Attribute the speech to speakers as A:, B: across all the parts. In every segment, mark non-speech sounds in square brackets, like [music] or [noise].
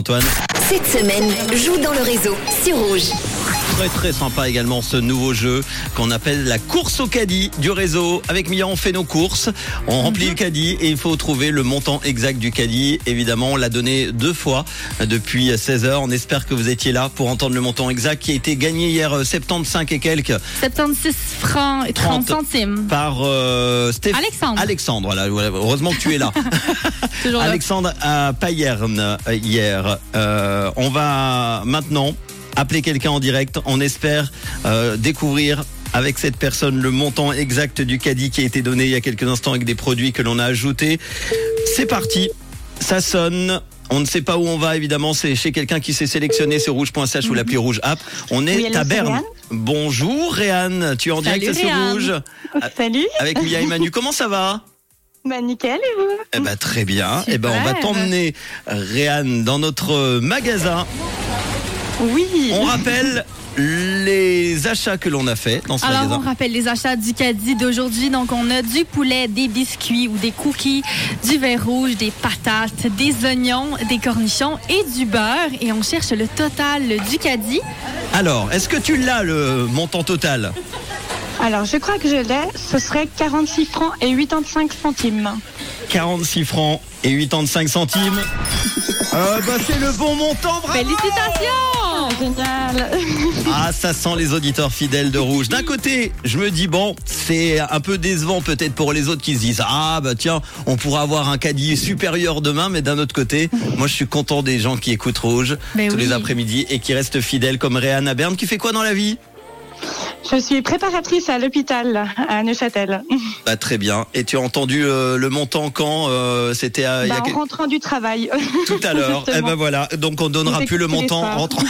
A: Antoine.
B: Cette semaine, joue dans le réseau sur Rouge.
A: Très très sympa également ce nouveau jeu qu'on appelle la course au caddie du réseau. Avec Mia, on fait nos courses, on remplit le caddie et il faut trouver le montant exact du caddie. Évidemment, on l'a donné deux fois depuis 16 heures. On espère que vous étiez là pour entendre le montant exact qui a été gagné hier euh, 75 et quelques
C: 76 francs et 30,
A: Trente.
C: centimes.
A: par euh, Stéph-
C: Alexandre.
A: Alexandre, voilà, voilà. heureusement que tu es là.
C: Toujours là.
A: Alexandre à Payerne euh, hier. Euh, on va maintenant appeler quelqu'un en direct. On espère euh, découvrir avec cette personne le montant exact du caddie qui a été donné il y a quelques instants avec des produits que l'on a ajoutés. C'est parti, ça sonne. On ne sait pas où on va, évidemment, c'est chez quelqu'un qui s'est sélectionné sur rouge.ch ou l'appli rouge app. On est
D: Oui, allô,
A: à
D: c'est
A: Berne.
D: Réanne
A: Bonjour Réanne, tu es en
C: Salut,
A: direct sur
C: Réanne.
A: rouge
D: Oh,
A: Ah.
D: Salut,
A: avec Mia et Manu. Comment ça va
D: bah nickel et vous
A: Eh ben très bien. Eh ben on va
C: Super.
A: t'emmener Réanne dans notre magasin.
D: Oui,
C: [laughs]
A: On rappelle les achats que l'on a fait dans ce
C: Alors, Ah, on
A: magasin.
C: rappelle les achats du caddie d'aujourd'hui. Donc, on a du poulet, des biscuits ou des cookies, du vin rouge, des patates, des oignons, des cornichons et du beurre. Et on cherche le total du caddie.
A: Alors, est-ce que tu l'as le montant total
D: alors je crois que je l'ai, ce serait 46 francs et 85 centimes.
A: 46 francs et 85
C: [laughs]
A: centimes. Euh, bah, c'est le bon montant, bravo
C: Félicitations!
D: Oh, Génial
A: Ah, ça sent les auditeurs fidèles de Rouge. D'un côté, je me dis, bon, c'est un peu décevant peut-être pour les autres qui se disent, ah bah tiens, on pourra avoir un caddie supérieur demain, mais d'un autre côté, moi je suis content des gens qui écoutent Rouge
C: Mais
A: tous les
C: oui.
A: après-midi et qui restent fidèles comme Réanne à Berne qui fait quoi dans la vie
D: Je suis préparatrice à l'hôpital à Neuchâtel.
A: Bah très bien. Et tu as entendu euh, le montant quand euh, C'était à- il y a
D: Bah,
A: que-
D: en rentrant du travail. [laughs]
A: tout à l'heure. Eh ben
D: Justement.
A: voilà, donc on donnera
D: Vous
A: plus le
D: expliquez
A: montant
D: pas.
A: rentrant.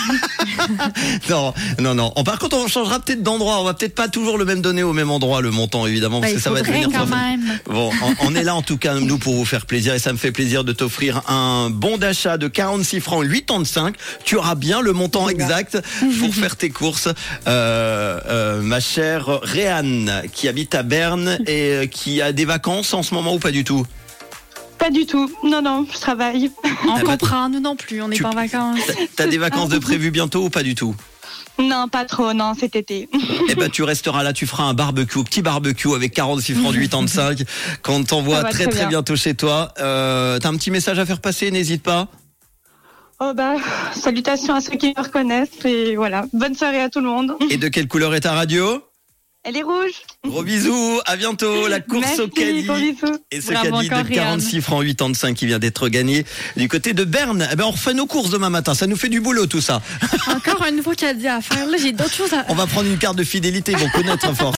A: [laughs] non, non, non. En- Par contre, on changera peut-être d'endroit. On va peut-être pas toujours le même donner au même endroit le montant évidemment parce
C: Ben,
A: que
C: il
A: ça va
C: faudrait
A: devenir
C: quand
A: professionnel.
C: même.
A: Bon, on- on est là en tout cas, nous, pour vous faire plaisir. Et ça me fait plaisir de t'offrir un bon d'achat de 46 francs 85. Tu auras bien le montant exact pour faire tes courses. Euh, euh, ma chère Réanne, qui habite à Berne et euh, qui a des vacances en ce moment ou pas du tout
D: Pas du tout, non, non, je travaille.
C: On
A: Ah bah,
C: comprend, nous non plus, on n'est
A: tu-
C: pas en vacances.
A: T'as- T'as des vacances
C: [laughs]
A: de prévues bientôt ou pas du tout
D: Non, pas trop, non, cet été.
A: Eh ben, tu resteras là, tu feras un barbecue, petit barbecue avec 46 francs 85. Quand t'envoie
D: Ça va
A: très
D: très
A: très
D: bien.
A: bientôt chez toi, euh, t'as un petit message à faire passer, n'hésite pas.
D: Oh bah, salutations à ceux qui me reconnaissent et voilà, bonne soirée à tout le monde.
A: Et de quelle couleur est ta radio
D: Elle est rouge
A: Gros bisous, à bientôt, la course
D: Merci,
A: au caddie.
D: gros bisous.
A: Et ce
C: Bravo
A: caddie
C: encore,
A: de 46 francs 85 qui vient d'être gagné du côté de Berne. Eh ben, on refait nos courses demain matin, ça nous fait du boulot tout ça.
C: Encore un nouveau caddie à faire. Là, j'ai d'autres choses à,
A: On va prendre une carte de fidélité, ils vont connaître fort.